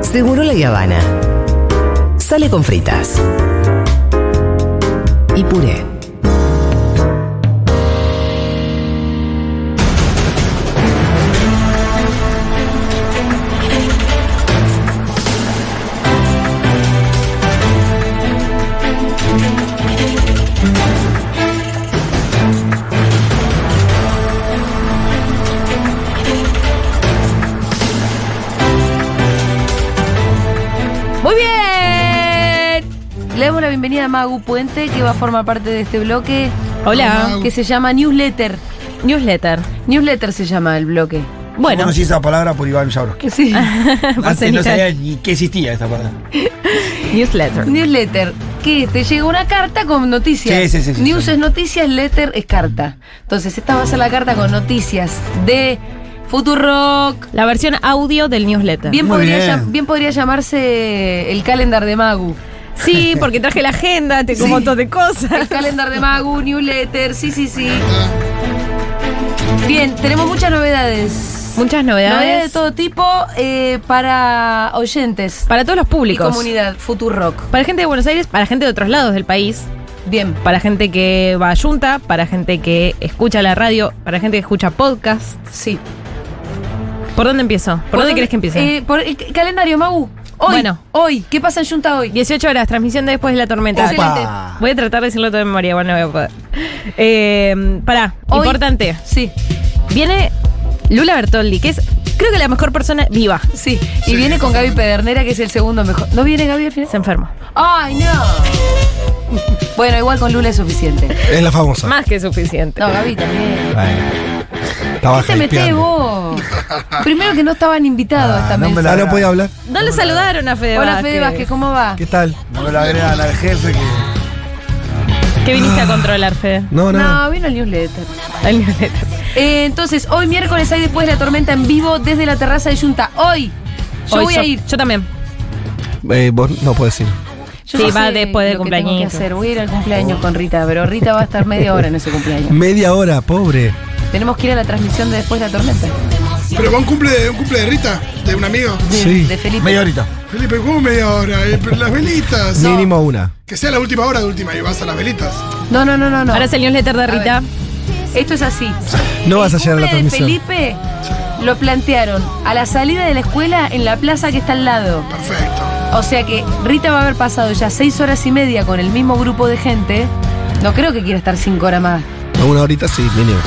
Seguro la Habana. Sale con fritas. Y puré. Muy bien. Le damos la bienvenida a Magu Puente, que va a formar parte de este bloque Hola. que se llama Newsletter. Newsletter. Newsletter se llama el bloque. Bueno, Conocí esa palabra por Iván Jabrowski. Sí. por Antes no cenitas. sabía ni que existía esta palabra. newsletter. Newsletter, que te llega una carta con noticias. Sí, sí, sí, sí, News sí. es noticias, letter es carta. Entonces, esta va a ser la carta con noticias de Futurock. La versión audio del newsletter. Bien Muy podría, bien. llam- bien podría llamarse el calendar de Magu. Sí, porque traje la agenda, tengo Sí. un montón de El cosas. calendar de Magu, newsletter, sí, sí, sí. Bien, tenemos muchas novedades. Muchas novedades. Novedades de todo tipo eh, para oyentes Para todos los y públicos. comunidad, Futurock. Para gente de Buenos Aires, para gente de otros lados del país, Bien. para gente que va a Junta, para gente que escucha la radio, para gente que escucha podcast. Sí. ¿Por dónde empiezo? ¿Por, dónde crees que empiece? Eh, por el c- calendario, Magu. Hoy, Bueno. hoy, ¿qué pasa en Junta hoy? 18 horas, transmisión de después de la tormenta. Excelente. Opa. Voy a tratar de decirlo todo de memoria, bueno, no voy a poder. Eh, pará, Hoy- importante. Sí, Viene Lula Bertoldi, que es creo que la mejor persona viva. sí. Y viene con Gaby Pedernera, que es el segundo mejor. ¿No viene Gaby al final? Se enfermó. ¡Ay, no! Bueno, igual con Lula es suficiente. Es la famosa. Más que suficiente. No, Gaby también. Bueno. Estaba ¿Qué te metés hypeando. vos? Primero que no estaban invitados a esta Ah, no me mesa. la- Ah, no podía hablar. No le saludaron a Fede Hola Vázquez. Fede Vázquez, ¿cómo va? ¿Qué tal? No me lo agregan al jefe que. ¿Qué viniste a controlar, Fede? No, nada. No, vino el newsletter. Al newsletter. Eh, entonces, hoy miércoles hay después de la tormenta en vivo desde la terraza de Junta. Hoy, yo Hoy voy a ir. Yo también. Eh, vos no podés ir. Yo Sí, no va sé después del lo que tengo que cumpleaños. hacer. Voy a ir al cumpleaños con Rita, pero Rita va a estar media hora en ese cumpleaños. Media hora, pobre. Tenemos que ir a la transmisión de después de la tormenta. Pero va un cumple de, un cumple de Rita, de un amigo. De, Sí. de Felipe. Media horita. Felipe, ¿cómo media hora? Eh, pero Las velitas. Mínimo una. Que sea la última hora de última y vas a las velitas. No, no, no, no, no. Ahora es el newsletter de Rita. Esto es así. No El vas a llegar a la cumple de transmisión. Felipe lo plantearon a la salida de la escuela en la plaza que está al lado. Perfecto. O sea que Rita va a haber pasado ya seis horas y media con el mismo grupo de gente. No creo que quiera estar cinco horas más. Una horita sí, mínimo.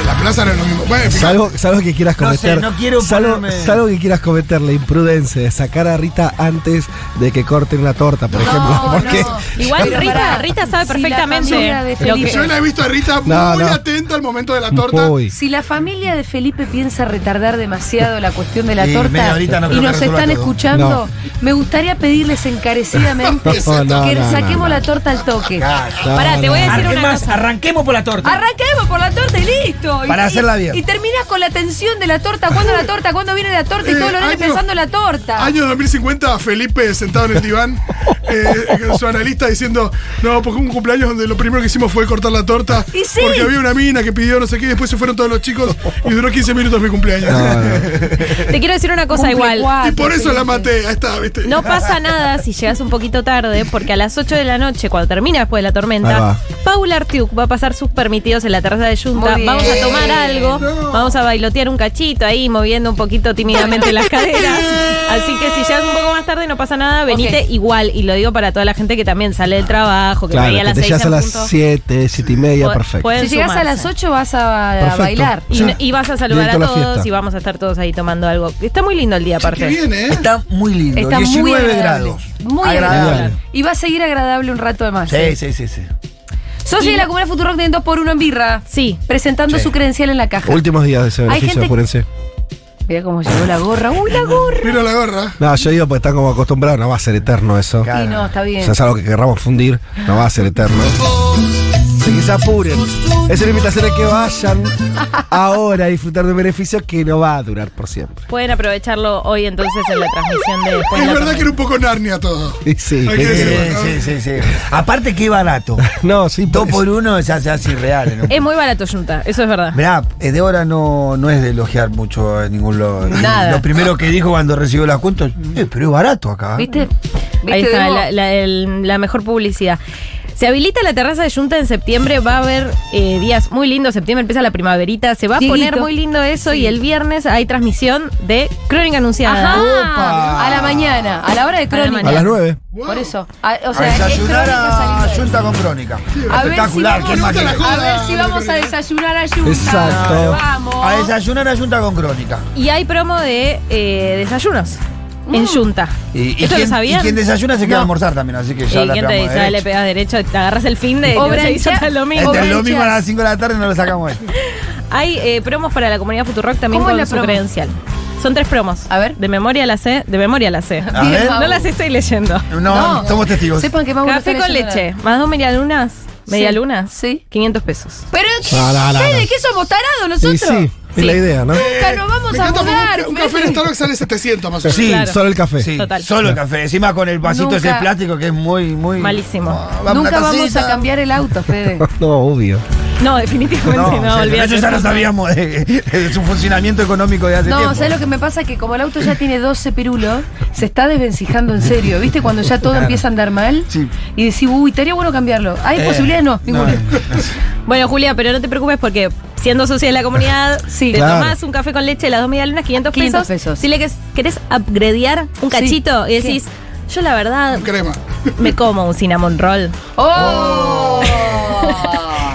En la plaza no es lo mismo. Bueno, fíjate, Salvo, salvo que quieras No sé, cometer. no quiero salvo, ponerme- salvo que quieras cometer la imprudencia de sacar a Rita antes de que corten una torta, por ejemplo. Porque Igual Pero Rita- pará, Rita sabe si la perfectamente familia de lo Felipe- que- yo la he visto a Rita No, muy no. atenta al momento de la torta. Uy. Si la familia de Felipe piensa retardar demasiado la cuestión de la Sí, media torta horita no y creo que nos resuelva están todo. escuchando, No. me gustaría pedirles encarecidamente No, no, que no, saquemos no, no. la torta al toque. No, Pará, te voy a no, decir no. una Además, cosa. arranquemos por la torta. Arranquemos por la torta y listo. Y- Para y- hacerla bien. Y terminás con la tensión de la torta. ¿Cuándo la torta? ¿Cuándo viene la torta? Y Eh, todos los nenes año- pensando en la torta. Año 2050, Felipe sentado en el diván, eh, con su analista diciendo, no, porque hubo un cumpleaños donde lo primero que hicimos fue cortar la torta, Y sí. porque había una mina que pidió no sé qué, y después se fueron todos los chicos y duró 15 minutos mi cumpleaños. Te quiero decir una cosa Cumple igual. cuatro, Y por eso la Felipe. maté, ahí está, viste. No pasa nada si llegas un poquito tarde, porque a las 8 de la noche, cuando termina después de la Ahí tormenta, va. Paula Artiuk va a pasar sus permitidos en la terraza de Junta. Muy bien. Vamos a tomar algo, vamos a bailotear un cachito ahí, moviendo un poquito tímidamente las caderas. Así que si llegas un poco más tarde, no pasa nada, venite Ok. igual. Y lo digo para toda la gente que también sale del trabajo, que Claro, veía a que las te 6 llegas a en las punto. 7, 7 y media, Pu- perfecto. pueden Si llegas a sumarse. las 8 vas a, a Perfecto. bailar. Y, Sí. no- y vas a saludar Directo a la a todos fiesta. y vamos a estar todos ahí tomando algo. Está muy lindo el día Qué aparte. bien, ¿eh? Está muy lindo. Está 19 muy agradable. grados. Muy agradable. Y va a seguir agradable un rato de más. Sí, sí, sí, sí. Socio de la comunidad Futurock tienen 2x1 en birra. Sí. Presentando Sí. su credencial en la caja. Últimos días de ese Hay beneficio, gente- apúrense. Mira cómo llegó la gorra. ¡Uy, la gorra! Mira la gorra. No, yo digo porque están como acostumbrados, no va a ser eterno eso. Y no, está O bien. sea, es algo que querramos fundir, no va a ser eterno. Vos, Sí, que se apuren. Es una invitación a que vayan ahora a disfrutar de un beneficio que no va a durar por siempre. Pueden aprovecharlo hoy entonces en la transmisión de después. Es de la verdad que tormenta. era un poco Narnia todo. Y sí, Hay ¿qué que querés? decirlo, Eh, ¿no? sí, sí, sí. Aparte, qué barato. No, sí, pues, Dos por por uno se hace así real. ¿no? Es muy barato, Junta, eso es verdad. Mirá, eh, Débora no, no es de elogiar mucho a ningún lo, Nada. Lo primero que dijo cuando recibió las cuentas, "Eh, pero es barato acá. ¿Viste? ¿Viste, Ahí está, Demo? la, la- el- la mejor publicidad. Se habilita la terraza de Junta en septiembre, va a haber eh, días muy lindos, septiembre empieza la primaverita, se va a Dieguito. poner muy lindo eso y el viernes hay transmisión de Crónica Anunciada. Ajá. Opa. A la mañana, a la hora de la crónica. A las nueve. Por eso. A- o a sea, es desayunar crónica a saliendo de- Junta con Crónica. A ver si Espectacular, vamos- qué Junta máquina. la joda. A ver si vamos a desayunar a Junta. Exacto. Vamos. A desayunar a Junta con Crónica. Y hay promo de eh, desayunos Mm. en Junta. Y, y ¿Esto quien, lo sabían? y quien desayuna se queda a No. almorzar también, así que Y ya la quién te pegamos dice, "Ah, le derecho. pegas derecho, te agarras el fin de O y te branchea- hizo lo mismo. O Este es lo mismo a brancheas. las 5 de la tarde no lo sacamos. eh. Hay eh, promos para la comunidad Futurock también ¿Cómo es con la su promo? credencial. Son tres promos. A ver. De memoria la sé, de memoria la sé. A ver. No las estoy leyendo. No, somos testigos. Sepan que vamos Café con leche, más dos medialunas. ¿Medialunas? Sí. 500 pesos. Pero, No, no, no, ¿sabes no. de qué somos tarados Y sí, nosotros? es la idea, ¿no? Nunca nos vamos Me a encanta mudar. porque un, un café en Starbucks sale 700 más o menos. Sí, Claro. Solo el café. sí, Total. solo el café. Encima con el vasito Nunca- ese de plástico que es muy, muy. Malísimo. Ah, va Nunca una vamos tacita. a cambiar el auto, Fede. No, obvio. No, definitivamente No, no, o sea, olvídate. eso ya lo sabíamos de, de su funcionamiento económico de hace No, tiempo. ¿sabes lo que me pasa? Que como el auto ya tiene 12 pirulos, se está desvencijando en serio. ¿Viste? Cuando ya todo empieza a andar mal Sí. y decís, uy, estaría bueno cambiarlo. ¿Hay Eh, posibilidades? No, ninguna. Bueno, Julia, pero no te preocupes porque siendo socia de la comunidad, Sí. te Claro. tomás un café con leche, las dos medialunas, 500 pesos. 500 pesos. Si le querés- querés upgradear un Sí. cachito y decís, yo la verdad Con crema. me como un cinnamon roll. ¡Oh!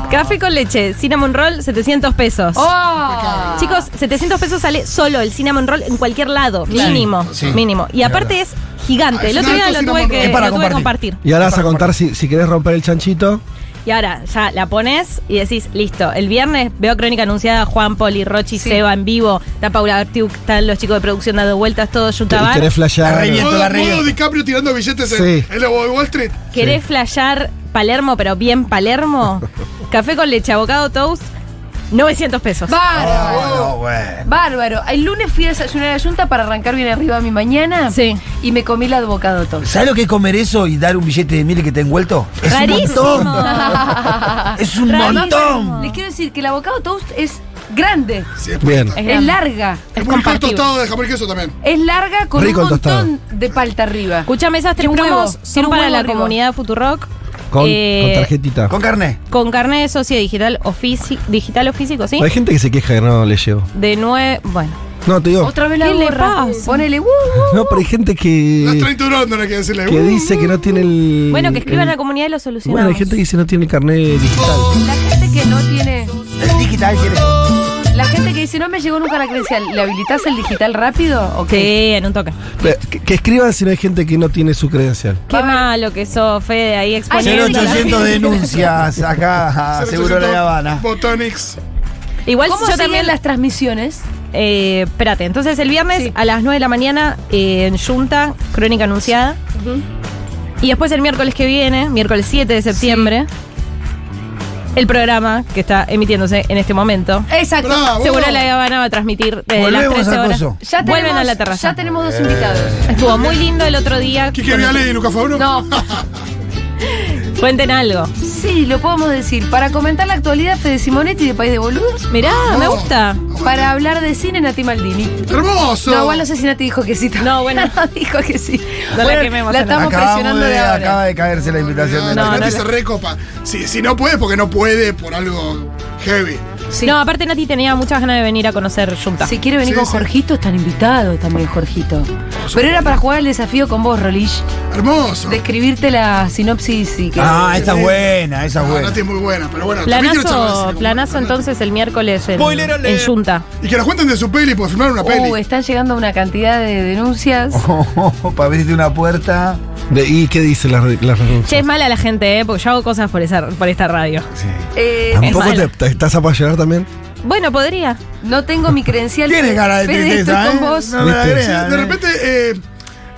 Café con leche, cinnamon roll, 700 pesos. ¡Oh! Chicos, 700 pesos sale solo el cinnamon roll en cualquier lado, mínimo, Sí. mínimo. Y Es aparte es gigante. Ah, es El otro un día alto lo tuve cinnamon roll. que Es para lo tuve que compartir. compartir. Y ahora vas a contar si, si querés romper el chanchito. Y ahora ya la pones y decís, listo, el viernes veo crónica anunciada, Juan, Poli, Rochi, Sí. Seba en vivo, está Paula Artiuk, están los chicos de producción dando vueltas, todo Y Yutabar. querés La flashear. reviento, la Modo, reviento. modo DiCaprio tirando billetes en- Sí. en, la Wall Street. ¿Querés flashear Palermo, pero bien Palermo? Café con leche, abocado toast, 900 pesos. Oh, ¡Bárbaro! no, bueno. Bárbaro. El lunes fui a desayunar a la Junta para arrancar bien arriba mi mañana. Sí. Y me comí la advocado todo. ¿Sabes lo que es comer eso y dar un billete de mil que te envuelto? Es Rarísimo. un montón. Es un Rarísimo. montón. Les quiero decir que el abocado toast es grande, Sí, es Bien. Es es grande. larga. Es muy rico el compartido. tostado de jamón y queso también. Es larga con Rico un el tostado. montón de palta arriba. Escuchame, esas tres Tiene un huevo, promos son tiene un para huevo la arriba. comunidad Futurock. Con, Eh, con tarjetita. Con carne. Con carnet de socio digital o, físi- digital o físico, ¿sí? Hay gente que se queja que no le llevo. De nueve. Bueno. No, te digo. Otra vez la ¿Qué le gorra. pasa? Ponele. uh, uh. No, pero hay gente Las que, 30 euros no hay que decirle. que "Uh". dice que no tiene el. Bueno, que escriban a la el- comunidad y lo solucionamos. Bueno, hay gente que dice no tiene el carnet digital. La gente que no tiene. El digital quiere. La gente que dice, no me llegó nunca la credencial. ¿Le habilitas el digital rápido? ¿O qué? Sí, en un toque. Pero, que, que escriban si no hay gente que no tiene su credencial. Qué malo que sos, Fede, ahí exponiendo. la- 0800 denuncias acá a Ah, Seguro La Habana. Botonics. Igual ¿Cómo yo siguen también las transmisiones? Eh, espérate, entonces el viernes Sí. a las 9 de la mañana eh, en Junta, Crónica Anunciada. Y después el miércoles que viene, miércoles 7 de septiembre, el programa que está emitiéndose en este momento. Exacto. Bravo. Seguro la Habana va a transmitir desde Volvemos las 13 al horas. coso. Ya tenemos, Vuelven a la terraza. Eh. Ya tenemos dos invitados. Estuvo muy lindo el otro día. Quique Viale y Ah, Lucas Fabro. No. Cuenten algo. Sí, lo podemos decir. Para comentar la actualidad, Fede Simonetti de País de Boludos. Mirá, me gusta. Para hablar de cine, Nati Maldini. Hermoso. Ah, No, igual no sé si Nati dijo que sí. también. No, bueno. No dijo que sí. No la quememos, la Ana. estamos Acabamos presionando de, de, ahora. acaba de caerse la invitación de No, la Nati no, se no. recopa. Si, si no puede, porque no puede por algo heavy. Sí. No, aparte Nati tenía muchas ganas de venir a conocer Junta. Si quiere venir Sí, con sí. Jorgito, están invitados también, Jorgito. Pero era para jugar el desafío con vos, Rolish. Hermoso. De escribirte la sinopsis y que. Ah, esa es buena, esa es No, buena. Nati es muy buena, pero bueno. también quiero charlar de Planazo, cine. planazo entonces el miércoles en, Spoiler alert. en Junta. Y que nos cuenten de su peli, porque filmaron una peli. Uh, están llegando una cantidad de denuncias. para abrirte una puerta. De- ¿Y qué dicen las re- las renuncias? Che, es mala la gente, ¿eh? porque yo hago cosas por, esa, por esta radio. Sí. Eh, ¿Tampoco es te, te estás apasionado también? Bueno, podría. no tengo mi credencial. Tienes cara de Fede, tristeza, estoy ¿eh? con vos. No me la Viste. Sí, creas, de ¿eh? repente, eh,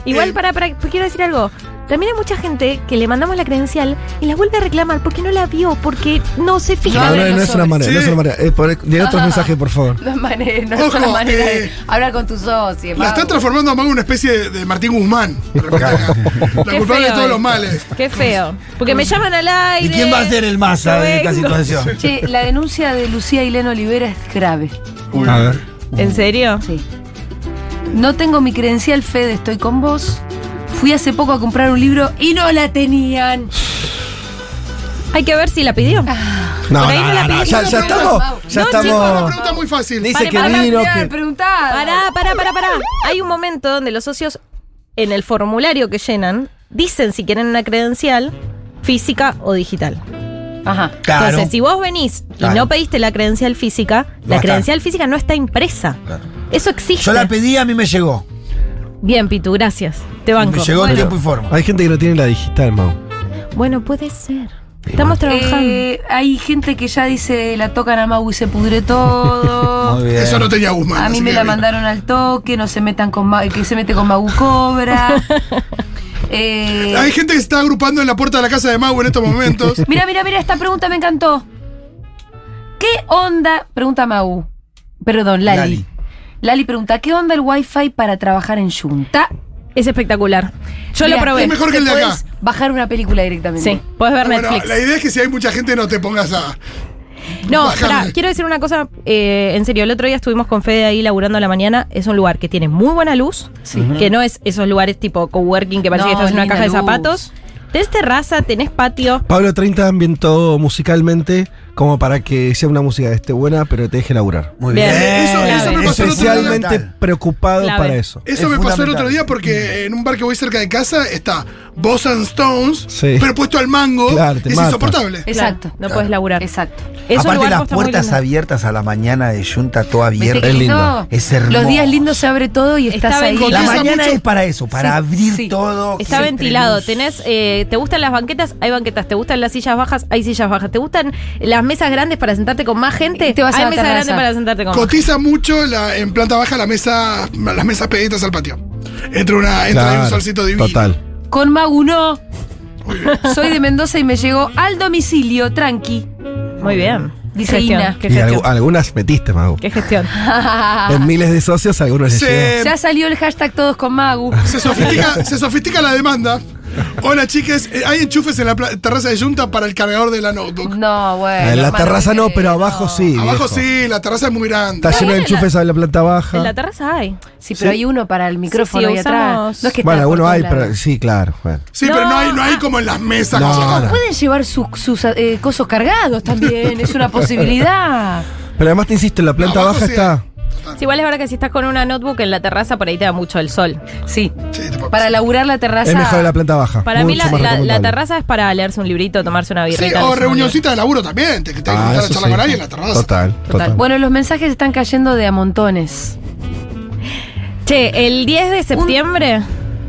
Igual, Eh, para, para, pues quiero decir algo. También hay mucha gente que le mandamos la credencial y la vuelve a reclamar porque no la vio, porque no se fija. No, no, abre no, los es una sobres. manera, no es Sí. una manera. Eh, por- de otros mensajes, por favor. No es manera, no es Ojo, una manera de eh, hablar con tu socio. La están Pau. transformando a Mago en una especie de, de Martín Guzmán. La Qué culpable feo de todos los esto. males. Qué feo. Porque me llaman al aire. ¿Y quién va a ser el más no de esta vengo. situación? Che, la denuncia de Lucía Ilena Olivera es grave. A ver. ¿En serio? Sí. No tengo mi credencial, Fede, estoy con vos. Fui hace poco a comprar un libro y no la tenían. Hay que ver si la pidió. Ah, No, Por ahí no la no, no, pedí, ya, no ya la pedí. estamos. Ya No, Oh. Una estamos. pregunta muy fácil. Dice Pare, que pare, vino, Mirá, que. preguntá. Pará, pará, pará, pará. Hay un momento donde los socios, en el formulario que llenan, dicen si quieren una credencial física o digital. Ajá. Claro. Entonces, si vos venís y Claro. no pediste la credencial física, No la está. credencial física no está impresa. Claro. Eso existe. Yo la pedí, a mí me llegó. Bien, Pitu, gracias. Te banco. Me llegó en bueno, tiempo y forma. Hay gente que no tiene la digital, Mau. bueno, puede ser. Estamos trabajando. Eh, hay gente que ya dice la tocan a Mau y se pudre todo. Muy bien. Eso no tenía Guzmán. A mí así me que la bien. mandaron al toque, no se metan con Mau, que se mete con Mau Cobra. Eh, Hay gente que se está agrupando en la puerta de la casa de Mau en estos momentos. mira, mira, mira, esta pregunta me encantó. ¿Qué onda? Pregunta Mau. Perdón, Lali. Lali. Lali. pregunta, ¿qué onda el wifi para trabajar en Junta? Es espectacular. Yo lo Mirá, probé. es mejor te que el de acá. podés Bajar una película directamente. Sí, puedes Ah, ver Bueno, Netflix. la idea es que si hay mucha gente no te pongas a. No, Bájame. pará, quiero decir una cosa, eh, en serio, el otro día estuvimos con Fede ahí laburando a la mañana, es un lugar que tiene muy buena luz, que no es esos lugares tipo coworking que parece No, que estás en una linda caja de luz. zapatos. Tenés terraza, tenés patio. Pablo 30 ambientó musicalmente como para que sea una música esté buena, pero te deje laburar. Muy Bien. bien. Eso- eso me pasó el otro día. Especialmente preocupado Clave. para eso. Eso Es me pasó el fundamental. otro día porque en un bar que voy cerca de casa está Boss and Stones, Sí. pero puesto al mango. Claro, te es mata. insoportable. Exacto. no puedes laburar. Exacto. Es un Aparte lugar las posta muy puertas lindo. abiertas a la mañana de Junta, toda ¿Viste abierta. qué lindo. Es hermoso. Los días lindos se abre todo y Está estás ahí. ventilado. La Cotiza mañana mucho. es para eso, para Sí, abrir sí. todo. Está que ventilado, entre luz. tenés, eh, te gustan las banquetas, hay banquetas, te gustan las sillas bajas, hay sillas bajas, te gustan las mesas grandes para sentarte con más gente, Y te vas a hay la mesas terraza. grandes para sentarte con más Cotiza mucho la- en planta baja la mesa, las mesas pegaditas al patio. Entra una, entra ahí un solcito divino. Total. Con Mau no. Soy de Mendoza y me llegó al domicilio, tranqui. gente. Muy bien. Dice Qué gestión, Ina. Qué Y gestión. algu- algunas metiste, Mau. Qué gestión. En miles de socios, algunos les llegó. Em. Se, Ya salió el hashtag todos con Magu. se sofistica, se sofistica la demanda. Hola, chiques. eh, Hay enchufes en la pla- terraza de Junta para el cargador de la notebook. No, bueno. En la hermano, terraza no, eh, pero abajo sí. Abajo viejo. sí, la terraza es muy grande. Está lleno de enchufes en la planta baja. En la terraza hay. Sí, pero hay uno para el micrófono Sí, sí, y usamos- atrás. No es que Bueno, está algunos por hay, todos lados. pero sí, claro. bueno. Sí, No, pero no hay, no hay ah. como en las mesas. No, como- no. Pueden llevar sus, sus eh, cosos cargados también, es una posibilidad. Pero además te insisto, en la planta Abajo baja sí está. Sí, igual es verdad que si estás con una notebook en la terraza, por ahí te da mucho el sol. Sí, Sí, te puedo- para laburar la terraza. Es mejor en la planta baja. Para mí mucho más la, la- la recomendable. terraza es para leerse un librito, tomarse una Sí, birrita. o leerse un libro. reunioncita de laburo también. Te, te que Ah, juntar a eso charlar sí. con alguien en la terraza. Total, total. Total. Bueno, los mensajes están cayendo de a montones. Che, el 10 de septiembre,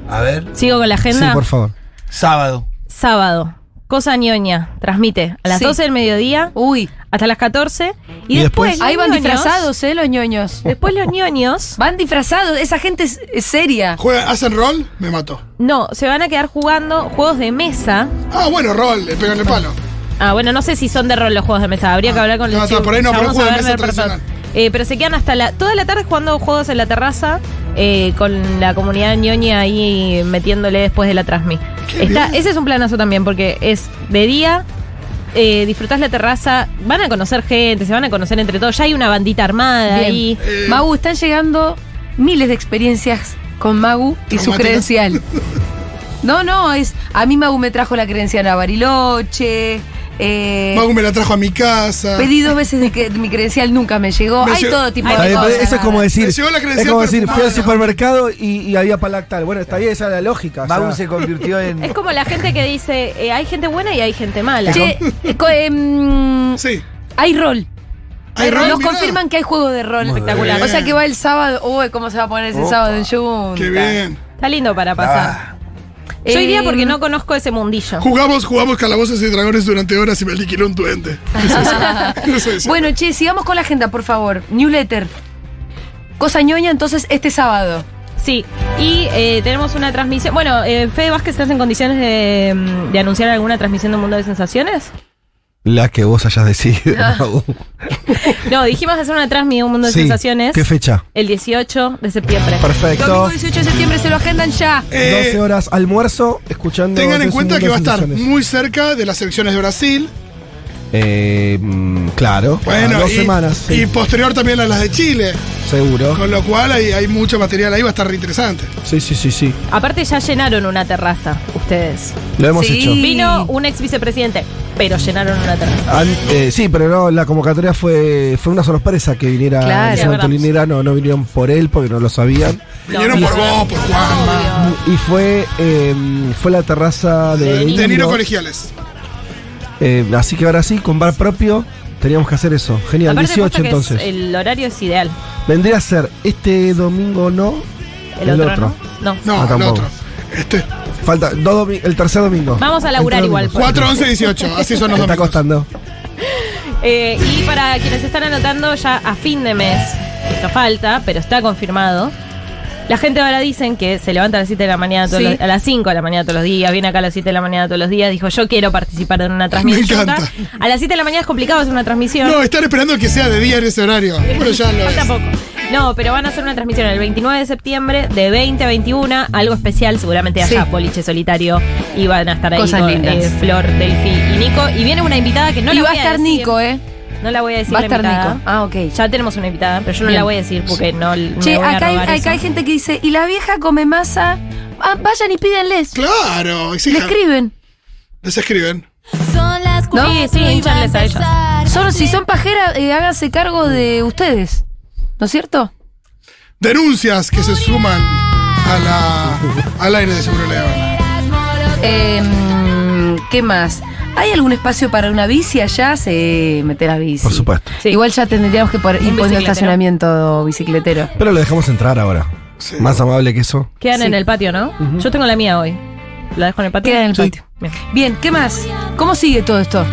A ver, sigo con la sí, agenda, por favor. sábado. sábado, Cosa Ñoña, transmite a las Sí. 12 del mediodía Uy, hasta las 14. Y, ¿Y después, después? los ahí van ñoños- disfrazados, ¿eh? Los ñoños. Después los ñoños, Van disfrazados, esa gente es, es seria. Juega, hacen rol, me mató. no, se van a quedar jugando juegos de mesa. Ah, bueno, rol, le pegan el palo. Ah, bueno, no sé si son de rol los juegos de mesa. Habría que hablar con Ah. No, los no, chicos. por ahí no, Ya pero vamos a juegos de ver mesa ver personas. tradicional. Eh, pero se quedan hasta la, toda la tarde jugando juegos en la terraza eh, con la comunidad ñoña ahí metiéndole después de la transmi. Qué Está, bien. ese es un planazo también porque es de día, eh, disfrutás la terraza, van a conocer gente, se van a conocer entre todos. Ya hay una bandita armada Bien. ahí. Eh, Magu, están llegando miles de experiencias con Magu y su Traumática. credencial. No, no, es. A mí Magu me trajo la credencial a Bariloche. eh, Magu me la trajo a mi casa. pedí dos veces de que- mi credencial, nunca me llegó. Me Hay llegó- todo tipo Ay, Está de bien, cosas. pero eso es como decir, Me llegó la credencial es como decir, fui al perfumada. supermercado y, y había palactal. Bueno, está bien, esa es la lógica. o sea. Magu se convirtió en. Es como la gente que dice, eh, hay gente buena y hay gente mala. Che, eh, co- em, Sí. hay rol. Eh, Hay rol, Nos mirá. confirman que hay juego de rol. Espectacular. O bien. sea que va el sábado. Uy, ¿cómo se va a poner ese Opa. sábado en Junta? Qué bien. Está lindo para pasar. Ah, Yo iría Eh, porque no conozco ese mundillo. Jugamos, jugamos calabozos y dragones durante horas y me alquiló un duende. Eso es- eso es- Bueno, che, sigamos con la agenda, por favor. Newsletter. Cosa ñoña, entonces, este sábado. Sí, y eh, tenemos una transmisión. Bueno, eh, Fede Vázquez, ¿estás en condiciones de, mm, de anunciar alguna transmisión de Mundo de Sensaciones? La que vos hayas decidido. Raúl. No, dijimos hacer una transmisión de un Mundo de Sí, Sensaciones ¿Qué fecha? el 18 de septiembre. Perfecto. Domingo 18 de septiembre, se lo agendan ya. Eh, 12 horas almuerzo, escuchando. Tengan en Dios cuenta Mundo que va a estar Sensaciones. muy cerca de las elecciones de Brasil. Eh, mm, claro. Bueno, Ah, dos y, semanas. sí, y posterior también a las de Chile. seguro. Con lo cual hay, hay mucho material ahí, va a estar re interesante. Sí, sí, sí, sí. Aparte, ya llenaron una terraza ustedes. Lo hemos Sí. hecho. Vino un ex vicepresidente, pero llenaron una terraza. An- eh, sí, pero no, la convocatoria fue, fue una sorpresa que viniera Claro. en ese momento Verdad. Linera, no, no vinieron por él porque no lo sabían. Vinieron por vos, por Juanma. Y fue, eh, fue la terraza de, De De Niro. Niro Colegiales. Eh, así que ahora sí, con bar propio, teníamos que hacer eso. Genial, Aparte, 18 posta que es- entonces. el horario es ideal. Vendría a ser este domingo no, El, otro, ¿no? No. No, Ah, el tampoco. otro. Este, Falta dos domi- el tercer domingo. Vamos a laburar Este igual, pues. domingo. 4, 11, 18. Así son los Está domingos. costando. Eh, y para quienes están anotando, ya a fin de mes, esto falta, pero está confirmado. La gente ahora dicen que se levanta a las 7 de la mañana, todos Sí. los- a las 5 de la mañana todos los días, viene acá a las 7 de la mañana todos los días, dijo yo quiero participar en una transmisión. encanta. A las 7 de la mañana es complicado hacer una transmisión. No, están esperando que sea de día en ese horario. Bueno, ya lo Falta es. poco. No, pero van a hacer una transmisión el 29 de septiembre de 20 a 21, algo especial seguramente allá, Sí. Poliche Solitario, y van a estar ahí Cosas con, lindas. eh, Flor, Delfi y Nico. Y viene una invitada que no y la va a voy a estar decir. Nico, ¿eh? No la voy a decir Va a la estar invitada. Nico. Ah, ok. Ya tenemos una invitada, pero yo no Bien. la voy a decir porque no. no Che, me voy a acá, hay, robar eso. acá hay gente que dice, y la vieja come masa. Ah, vayan y pídanles. Claro, Le exijan. escriben. Les escriben. Son las ¿No? cuatro Sí, sí, y va hincharles a ellos. empezar. Solo si son pajeras, eh, háganse cargo de ustedes. ¿No es cierto? Denuncias que se suman a la, al aire de Seguro León. Eh, ¿Qué más? ¿Hay algún espacio para una bici allá? Se mete la bici. Por supuesto. Sí. Igual ya tendríamos que poner, ir poniendo bicicletero. estacionamiento bicicletero. Pero lo dejamos entrar ahora. Sí. Más amable que eso. Quedan Sí. en el patio, ¿no? Yo tengo la mía hoy. ¿La dejo en el patio? Queda en el Sí. patio. Bien. Bien, ¿qué más? ¿Cómo sigue todo esto?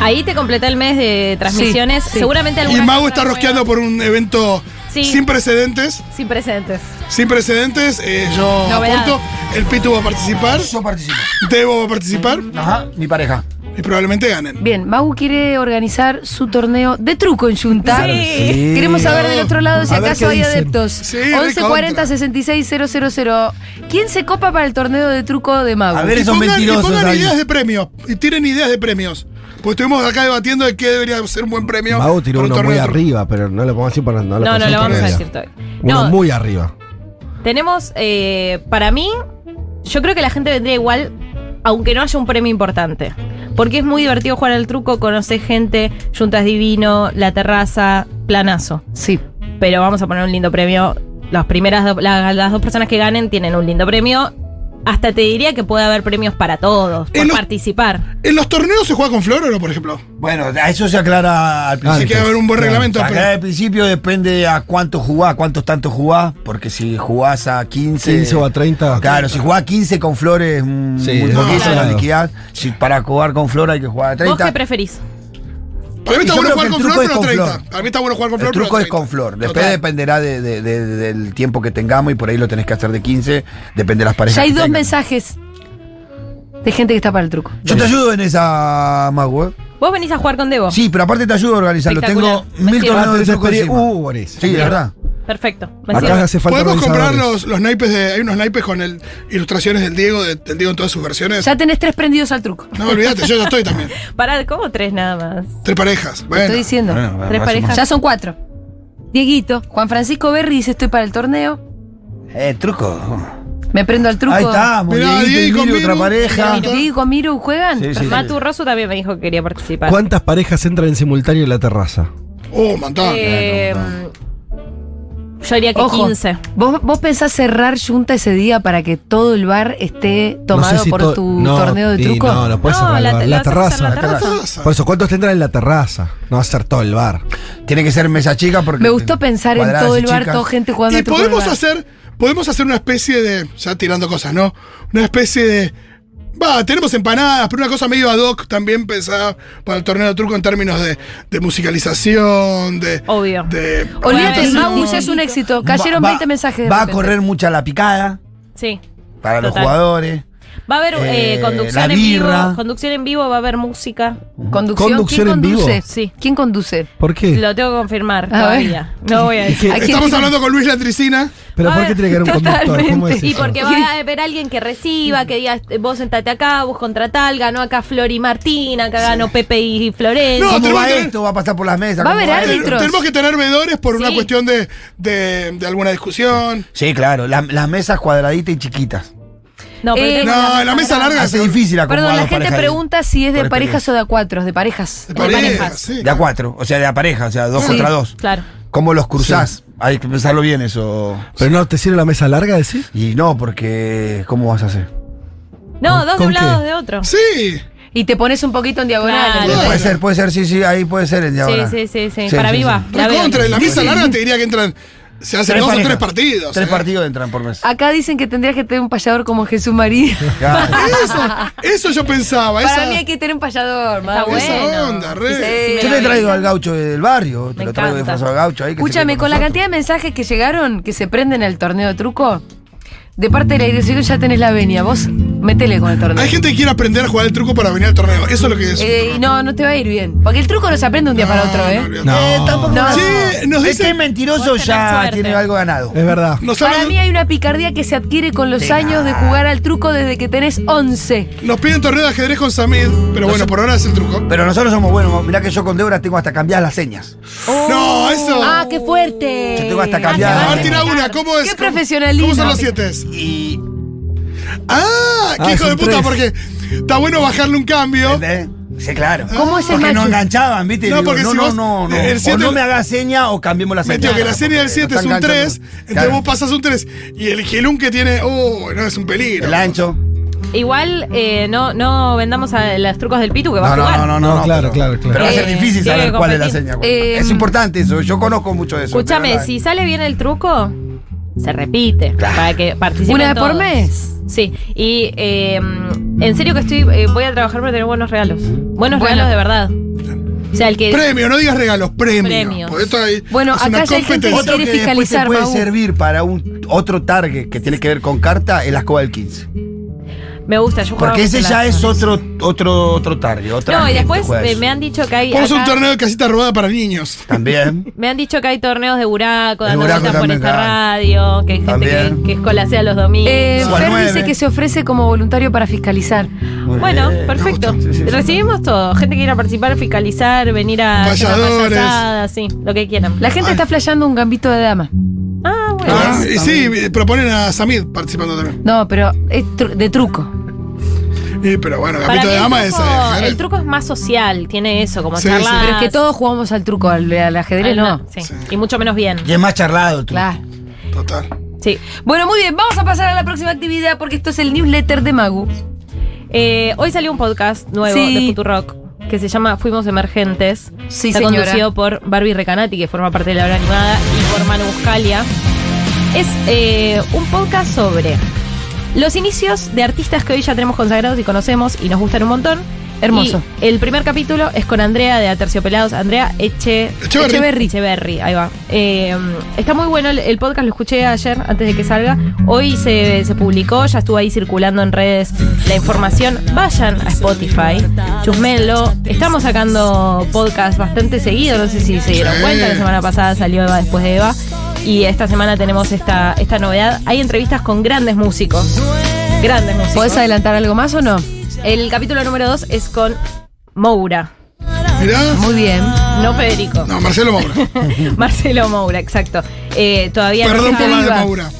Ahí te completé el mes de transmisiones. Sí, sí. Seguramente Y alguna. Mago cosa está nueva- rosqueando por un evento Sí. sin precedentes. Sin presentes. Sin precedentes, eh, yo Novedad. aporto. El Pitu va a participar. Yo participo. Debo va a participar. Ajá, mi pareja. Y probablemente ganen. Bien, Mau quiere organizar su torneo de truco en Yunta. Claro que sí. Queremos saber del otro lado si A ver acaso qué hay dicen. adeptos. Sí, 1140 recontra. 66 000. ¿Quién se copa para el torneo de truco de Mau? A ver, Y esos pongan- mentirosos Y pongan ahí. ideas de premios. Y tienen ideas de premios. Pues estuvimos acá debatiendo de qué debería ser un buen premio. Mago tiró para un uno muy torneo de truco. arriba, pero no lo podemos decir por no, No, no podemos lo vamos a todavía. decir todavía. Uno No, muy arriba. tenemos. eh, para mí, yo creo que la gente vendría igual, aunque no haya un premio importante. Porque es muy divertido jugar al truco, conocer gente, Juntas Divino, la terraza, planazo. Sí. pero vamos a poner un lindo premio. Las primeras do- la- las dos personas que ganen tienen un lindo premio. Hasta te diría que puede haber premios para todos, por En los- participar. ¿En los torneos se juega con flor o no, por ejemplo? Bueno, a eso se aclara al principio. Así que va a haber un buen reglamento, Se aclara pero- al principio, depende a cuánto jugás, cuántos tantos jugás, porque si jugás a 15. 15 o a 30. Claro, si jugás a 15 con flores, mm, Sí, muy es poquito complicado. la liquidad. Si para jugar con flor hay que jugar a ¿Vos qué 30. preferís? Para mí está Yo bueno creo jugar que con el flor, truco pero es con 30. flor. Para mí está bueno jugar con El flor, truco pero es con 30. flor. Después Total. dependerá de- de- de- del tiempo que tengamos y por ahí lo tenés que hacer de 15. Depende de las parejas. Ya hay que dos tengan. mensajes de gente que está para el truco. Yo te ayudo en esa, Mago. ¿eh? Vos venís a jugar con Debo. Sí, pero aparte te ayudo a organizarlo. Tengo Oh. Espectacular. Me mil sirve. torneos de Antes truco de encima. Uh, buenísimo. Sí, de verdad. Perfecto. me Acá sirve. hace falta Podemos comprar organizadores. los, los naipes de. Hay unos naipes con el, ilustraciones del Diego, de- del Diego en todas sus versiones. Ya tenés tres prendidos al truco. No, olvídate, yo ya estoy también. Pará, ¿cómo tres nada más? Tres parejas. Te estoy Bueno. diciendo. Tres parejas. Ya son cuatro. Dieguito, Juan Francisco Berry dice estoy para el torneo. Eh, truco. Me prendo al truco. Ahí estamos. Mirá, Dieguito y Diego Miri, conmigo. otra pareja. Mira, Diego, Miru, ¿juegan? Sí, sí. Matu Rosu también me dijo que quería participar. ¿Cuántas parejas entran en simultáneo en la terraza? Oh, un Ah. montón. Eh, yo diría que Ojo, 15. ¿Vos, ¿Vos pensás cerrar Junta ese día para que todo el bar esté tomado No sé si por to- tu no, torneo de y truco? No, no puedes No, cerrar el la- bar. la- La, la- terraza. la terraza. Terraza. Por eso, ¿cuántos tendrán en la terraza? No va a ser todo el bar. Tiene que ser mesa chica porque. Me gustó pensar en cuadradas todo y el bar, chicas. toda gente jugando Y al truco en el podemos bar. hacer, podemos hacer una especie de. Ya tirando cosas, ¿no? Una especie de. Va, tenemos empanadas, pero una cosa medio ad hoc también pensada para el torneo de truco en términos de, de musicalización, de. Oh. Obvio. de- Olvídate, el Bueno, Magu sí. ya es un éxito. Cayeron Va- 20 mensajes. de Va a repente. correr mucha la picada Sí. para los Total. jugadores. Va a haber eh, Eh, conducción la en vivo. birra. Conducción en vivo, va a haber música. Conducción. Conducción ¿Quién en vivo. conduce? Sí. ¿Quién conduce? ¿Por qué? Lo tengo que confirmar A ver. todavía. No voy a decir. ¿Qué? Hay que- Estamos hablando con Luis Latricina. ¿Pero A por qué ver, tiene que haber un conductor? ¿Cómo es totalmente. Y eso? porque va a haber alguien que reciba, que diga, eh, vos sentate acá, vos contratal, ganó acá Flor y Martín, acá ganó Pepe y Florencia. No, ¿Cómo tenemos va que- esto? ¿Va a pasar por las mesas? Va a ¿Cómo haber esto? árbitros. Tenemos que tener vedores por una Sí. cuestión de, de- de alguna discusión. Sí, claro. la- las mesas cuadraditas y chiquitas. No, pero Eh, tenemos No, las en la mesa mesas grandes. larga Hace se- difícil acomodar Perdón, la dos gente parejas ahí. preguntas si es de Por este parejas o de a cuatro, de parejas. De parejas. pareja, sí, De a cuatro. O sea, de a pareja. O sea, dos Sí. contra dos. Claro. ¿Cómo los cruzás? Hay que pensarlo bien eso. ¿Pero no te sirve la mesa larga, decís? Y no, porque ¿cómo vas a hacer? No, ¿Con- dos de un con lado, qué? de otro. Sí. Y te pones un poquito en diagonal. Claro. Eh, Puede ser, puede ser, sí, sí, ahí puede ser el diagonal. Sí, sí, sí, sí. Para mí va. La veo. Recontra, en la mesa larga te diría que entran. Se hacen dos o parejas. tres partidos. Tres eh. partidos entran por mes. Ah. Acá dicen que tendrías que tener un payador como Jesús María. Claro. Eso, eso yo pensaba. Para esa- mí hay que tener un payador, Está Magu. bueno. Esa onda, re. Sí, sí, Yo me te he la- traído al gaucho del barrio, te Me lo traigo encanta. disfrazado al gaucho ahí. que se Escúchame, quede con la nosotros. cantidad de mensajes que llegaron que se prenden al torneo de truco, de parte de la dirección ya tenés la venia. Vos metele con el torneo. Hay gente que quiere aprender a jugar el truco para venir al torneo. Eso es lo que es. Eh, y no, no te va a ir bien. Porque el truco no se aprende un día para otro, ¿eh? No, tampoco. No. Sí, nos Es que dice. Eh. es mentiroso Vos tenés ya suerte. tiene algo ganado. Es verdad. Nos Para hablan- mí hay una picardía que se adquiere con los años de jugar al truco desde que tenés 11. Nos piden torneo de ajedrez con Samid, pero bueno, por ahora es el truco. Pero nosotros somos buenos. Mirá que yo con Débora tengo hasta cambiadas las señas. No, eso. Oh. ¡Ah, qué fuerte! Yo tengo hasta A cambiadas. ver, las Martín, tira señas. una, ¿cómo es? Qué ¿Cómo- profesionalismo. ¿Cómo son los siete? Y. Ah, qué Ah, hijo de son puta, tres. porque está bueno bajarle un cambio. ¿entendés? Sí, claro. ¿Cómo es el Porque no macho? enganchaban, ¿viste? Ah. No, Digo, porque no, si no, vos- no, no. el siete- o no me hagas seña o cambiemos la seña. Metió que la serie del Porque 7 no es un están 3, enganchando. entonces Claro. vos pasás un 3. Y el Gilún que tiene. Oh, no, es un peligro. El ancho. Igual eh, no, no vendamos a los trucos del Pitu que va a jugar. No, claro, claro, claro. Pero va a ser Eh, difícil tiene saber que cuál es la competir. seña. Eh, es importante eso, yo conozco mucho de eso. Escúchame, pero no- si sale bien el truco, se repite para que participen Una vez por todos. mes. Sí, y eh, en serio que estoy, eh, voy a trabajar para tener buenos regalos. Buenos Bueno. regalos de verdad. O sea, el que Premio, no digas regalos, premio. Premios. Porque esto ahí Bueno, es una acá ya hay gente que competencia. Otro que quiere después te fiscalizar, puede Mau. servir para un otro target que tiene que ver con carta es la escoba del 15. me gusta, yo jugaba Porque ese mucho ya la- es otro otro otro target. otra No, y gente después juega eh, eso. me han dicho que hay Vamos a un acá- torneo de casita robada para niños. También. me han dicho que hay torneos de buraco, De dando buraco vueltas por también, esta claro. radio, que hay gente que, También. que escolacea los domingos. Eh, Igual Fer nueve. dice que se ofrece como voluntario para fiscalizar. Muy Bueno, bien. perfecto. Eh, Me gusta. Sí, sí, sí. Recibimos todo. Gente que quiera participar, fiscalizar, venir a hacer una Payadores. payasada, sí, lo que quieran. La gente está flasheando un gambito de dama. Ah, bueno. Ah, y sí, eh, proponen a Samid participando también. No, pero es tru- de truco. Y, pero bueno, Para Gambito mí de el, Dama es. truco, eh, el truco es más social, tiene eso, como Sí, charlar. sí. Pero es que todos jugamos al truco, al, al ajedrez no. Sí. Y mucho menos bien. Y es más charlado tú. Claro. Total. Sí. Bueno, muy bien, vamos a pasar a la próxima actividad porque esto es el newsletter de Magu. Eh, hoy salió un podcast nuevo Sí. de Futurock que se llama Fuimos Emergentes. Sí, Está señora. conducido por Barbie Recanati, que forma parte de la hora animada, y por Manu Buscalia. Es eh, un podcast sobre los inicios de artistas que hoy ya tenemos consagrados y conocemos y nos gustan un montón. Hermoso. Y el primer capítulo es con Andrea de Aterciopelados. Andrea Eche, Echeverri. Echeverri. Echeverri, ahí va. Eh, está muy bueno el, el podcast, lo escuché ayer antes de que salga. Hoy se, se publicó, ya estuvo ahí circulando en redes la información. Vayan a Spotify, chusmenlo. Estamos sacando podcast bastante seguido, no sé si se dieron Sí. cuenta, la semana pasada salió Eva después de Eva. Y esta semana tenemos esta, esta novedad. Hay entrevistas con grandes músicos. Grandes músicos. ¿Podés adelantar algo más o no? El capítulo número 2 es con Moura, Mirá. Muy bien. no Federico. No, Marcelo Moura. Marcelo Moura, exacto. Eh, todavía no Perdón está por la de viva. Moura.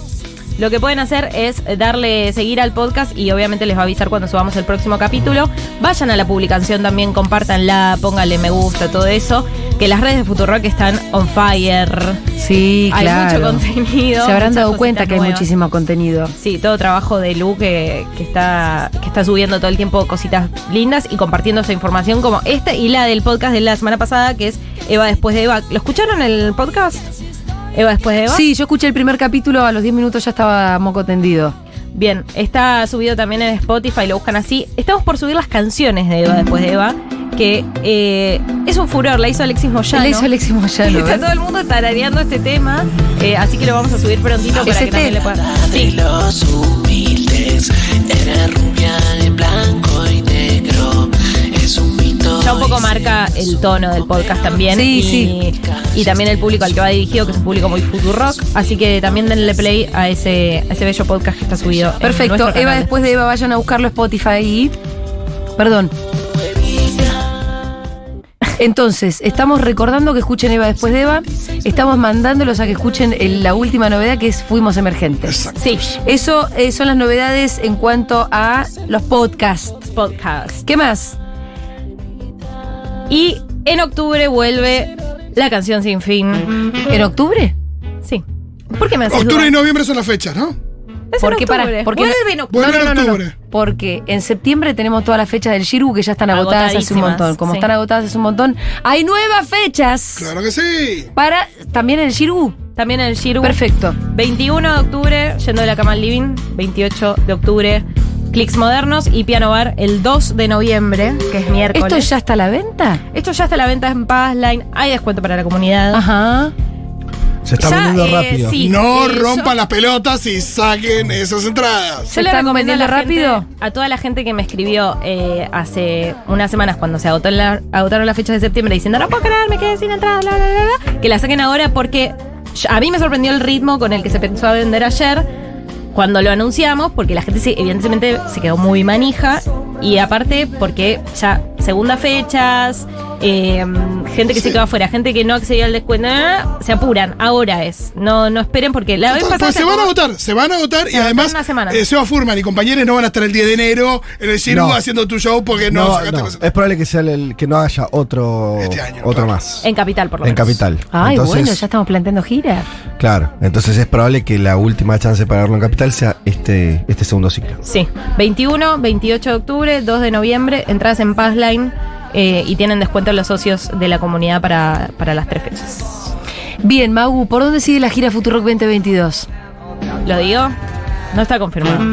Lo que pueden hacer es darle seguir al podcast y obviamente les va a avisar cuando subamos el próximo capítulo. Vayan a la publicación también, compártanla, pónganle me gusta, todo eso. Que las redes de Futurock están on fire. Sí, Hay claro. mucho contenido, Se habrán muchas dado cuenta cositas que hay nuevas. muchísimo contenido. Sí, todo trabajo de Lu que, que está, que está subiendo todo el tiempo cositas lindas y compartiendo esa información como esta y la del podcast de la semana pasada que es Eva después de Eva. ¿Lo escucharon el podcast? Eva después de Eva. Sí, yo escuché el primer capítulo, a los 10 minutos ya estaba moco tendido. Bien, está subido también en Spotify, lo buscan así. Estamos por subir las canciones de Eva después de Eva, que eh, es un furor, la hizo Alexis Moyano. Le hizo Alexis Moyano. Está ¿eh? todo el mundo tarareando este tema, eh, así que lo vamos a subir prontito para Ese que también le tema. puedan. de los humildes. Era rubia de blanco y negro. Es un mito. Ya un poco y marca el tono del podcast también. Sí, y, sí. Y también el público al que va dirigido, que es un público muy futurock. Así que también denle play a ese, a ese bello podcast que está subido. en nuestro Perfecto. canal. Eva, después de Eva, vayan a buscarlo a Spotify y. Perdón. Entonces, estamos recordando que escuchen Eva después de Eva. Estamos mandándolos a que escuchen el- la última novedad que es Fuimos Emergentes. Sí, Eso eh, son las novedades en cuanto a los podcasts. podcast. ¿Qué más? Y en octubre vuelve la canción sin fin. ¿En octubre? Sí. ¿Por qué me haces Octubre y dudar? noviembre son las fechas, ¿no? Es en Porque pará, octubre. porque- vuelve en octubre. Vuelve no, no, en no, no, octubre. Porque en septiembre tenemos todas las fechas del Shiru que ya están agotadas hace un Agotadísimas, montón. Como sí. están agotadas hace un montón, hay nuevas fechas Claro que sí. para también el Shiru. También en el Shiru. Perfecto. 21 de octubre, yendo de la cama al living. 28 de octubre, clics modernos y piano bar el 2 de noviembre, que es miércoles. ¿Esto ya está a la venta? Esto ya está a la venta en Passline. Hay descuento para la comunidad. Ajá. Se está Ya, vendiendo eh, rápido. sí. No eh, rompan yo- las pelotas y saquen esas entradas. ¿Se Yo le están recomiendo a la vendiendo gente- rápido? a toda la gente que me escribió eh, hace unas semanas cuando se agotó la- agotaron las fechas de septiembre diciendo no puedo creer, me quedé sin entrada, bla, bla, bla, bla", que la saquen ahora porque ya- a mí me sorprendió el ritmo con el que se pensó a vender ayer cuando lo anunciamos, porque la gente se- evidentemente se quedó muy manija y aparte porque ya segundas fechas, eh, gente que se quedó afuera, gente que no accedió al descuento, ah, se apuran, ahora es, no, no esperen porque la vez Total, pasada pues se se van a acabó- agotar, se van a agotar y agotaron además una semana. eh, Seba Furman y compañeros no van a estar el 10 de enero en el Ciru No. haciendo tu show porque no, No, sacaste no, las- es probable que sea el, el que no haya otro, Este año, otro claro. más. en capital por lo En menos. Capital. Ay, entonces, bueno, ya estamos planteando gira. Claro, entonces es probable que la última chance para verlo en Capital sea este, este segundo ciclo. Sí, 21, 28 de octubre, 2 de noviembre, entradas en Passline eh, y tienen descuento los socios de la comunidad para, para las tres fechas. Bien, Magu, ¿por dónde sigue la gira Futurock 2022? ¿Lo digo? No está Mm, confirmado.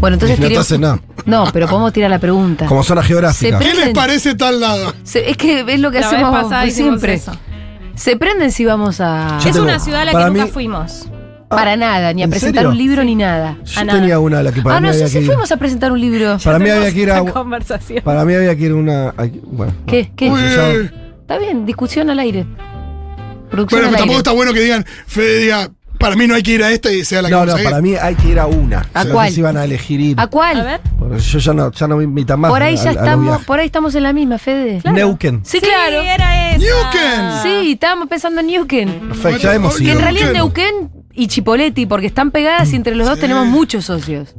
Bueno, entonces No, tiremos- entonces no. No, pero podemos tirar la pregunta. Como zona geográfica. Se pre- ¿Qué les prenden. parece tal lado? Se- es que es lo que La vez hacemos pasada pues, hicimos siempre. eso. Se prenden si vamos a. Yo es tengo- una ciudad a la que para nunca mí- fuimos. Para nada, ni a ¿En presentar serio? un libro ni nada. Yo a nada. tenía una a la que para ah, mí no había sé que si ir. fuimos a presentar un libro. Para mí había que ir a. Esta conversación. Para mí había que ir una. a- Bueno. no. ¿Qué? ¿Qué? Uy, Ya- uy, uy. Está bien, discusión al aire. Producción Bueno, pero al tampoco aire. está bueno que digan, Fede diga, para mí no hay que ir a esta y sea la que No, vamos no, a ir. para mí hay que ir a una. ¿A No sé cuál? si van a elegir ir. ¿A cuál? A ver, Porque Yo ya no, ya no me invitan más. por ahí a- ya a- a los estamos, viajes. por ahí estamos en la misma, Fede. Neuquén. Sí, claro. Sí, era esa. Newken. Sí, estábamos pensando en Neuquén. Perfecto, ya hemos Bueno, ido. En realidad Neuquén. Neuquén y Chipoletti, porque están pegadas y entre los dos tenemos muchos socios.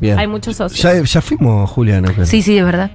Bien. Hay muchos socios. Ya, ya fuimos, Julia, a Neuquén. Sí, sí, es verdad.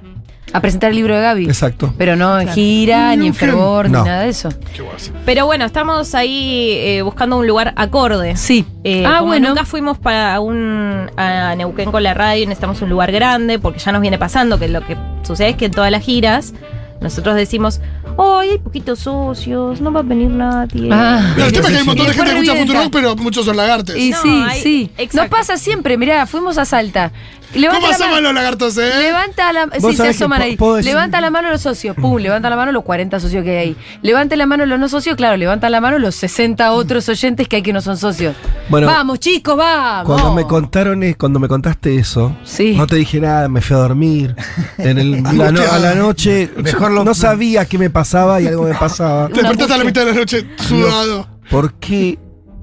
A presentar el libro de Gaby. Exacto. Pero no en gira, ni en fervor, No. ni nada de eso. Qué guay. Pero bueno, estamos ahí eh, buscando un lugar acorde. Sí. Eh, ah, como bueno. Nunca fuimos para un, a Neuquén con la radio y necesitamos un lugar grande porque ya nos viene pasando que lo que sucede es que en todas las giras nosotros decimos, oh, hay poquitos socios, no va a venir nadie. Ah. Pero el tema es que hay un montón de Y gente que después escucha revienta. Futurock, pero muchos son lagartes. Y No, sí, hay- sí. exacto. No pasa siempre, mirá, fuimos a Salta. ¿Cómo Levanta la asoman mano. los lagartos, eh? Levanta la Vos sí, se sabés que asoman po- ahí. puedo decir- Levanta la mano los socios, pum, levanta la mano los 40 socios que hay ahí. Levanta la mano los no socios, claro, levanta la mano los 60 otros oyentes que hay que no son socios. Bueno, vamos, chicos, vamos. Cuando me contaron, eh, cuando me contaste eso, Sí. no te dije nada, me fui a dormir. En el- la no- a la noche, Mejor lo- no sabía qué me pasaba y algo me pasaba. Te despertaste a la mitad de la noche sudado. ¿Por qué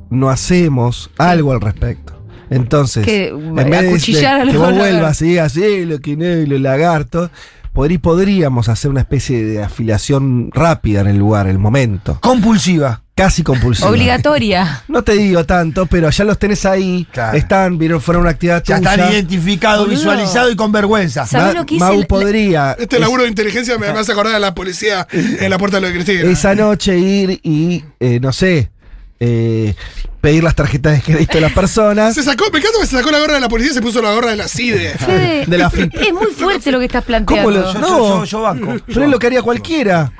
no hacemos algo al respecto? Entonces, Que, en vez de- acuchillar a de que los vos lagartos. vuelvas y digas, eh, lo que no, y los lagartos, podrí- podríamos hacer una especie de afiliación rápida en el lugar, el momento. Compulsiva. Casi compulsiva. Obligatoria. No te digo tanto, pero ya los tenés ahí. Claro. Están, vieron, fueron una actividad Ya tuya. están identificados, Boludo. visualizados y con vergüenza. Sa- ¿Sabés lo que hice? Mau La- podría Este es- laburo de inteligencia me, me hace acordar a la policía en la puerta de lo de Cristina. esa noche ir y, eh, no sé, eh, pedir las tarjetas de crédito de las personas. Se sacó, me encanta que se sacó la gorra de la policía y se puso la gorra de la CIDE. Fede, De la FIP. es muy fuerte lo que estás ¿Cómo planteando. lo- Yo- No. yo- yo banco. Pero es lo que haría cualquiera.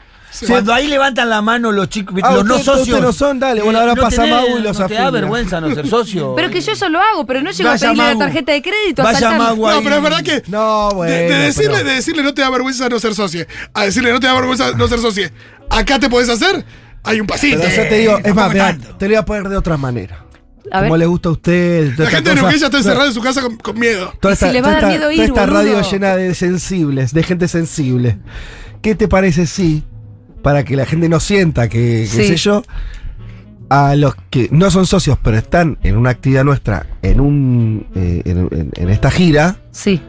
Cuando ahí levantan la mano los chicos, Ah, los no usted- usted socios. no son, dale, bueno, ahora pasa tenés- Mau y los no te da afilia. vergüenza no ser socio. Pero que yo eso lo hago, pero no llego Vaya a pedirle Magu. la tarjeta de crédito a Vaya saltar. Magu ahí. No, pero es verdad que. No, de- bueno. de, decirle, pero- de decirle no te da vergüenza no ser socio. A decirle no te da vergüenza no ser socio. Acá te podés hacer, hay un pasito. Pero yo te digo, es más, Tampoco mirá, tanto. te lo voy a poner de otra manera. A ver. Como le gusta a usted. La gente de Neuquén ya está encerrada en su casa con, con miedo. Toda Y si le va a dar toda miedo toda ir, esta boludo. radio llena de sensibles, de gente sensible. ¿Qué te parece si, para que la gente no sienta que, qué Sí. sé yo, a los que no son socios, pero están en una actividad nuestra, en un eh, en, en- en esta gira, Sí.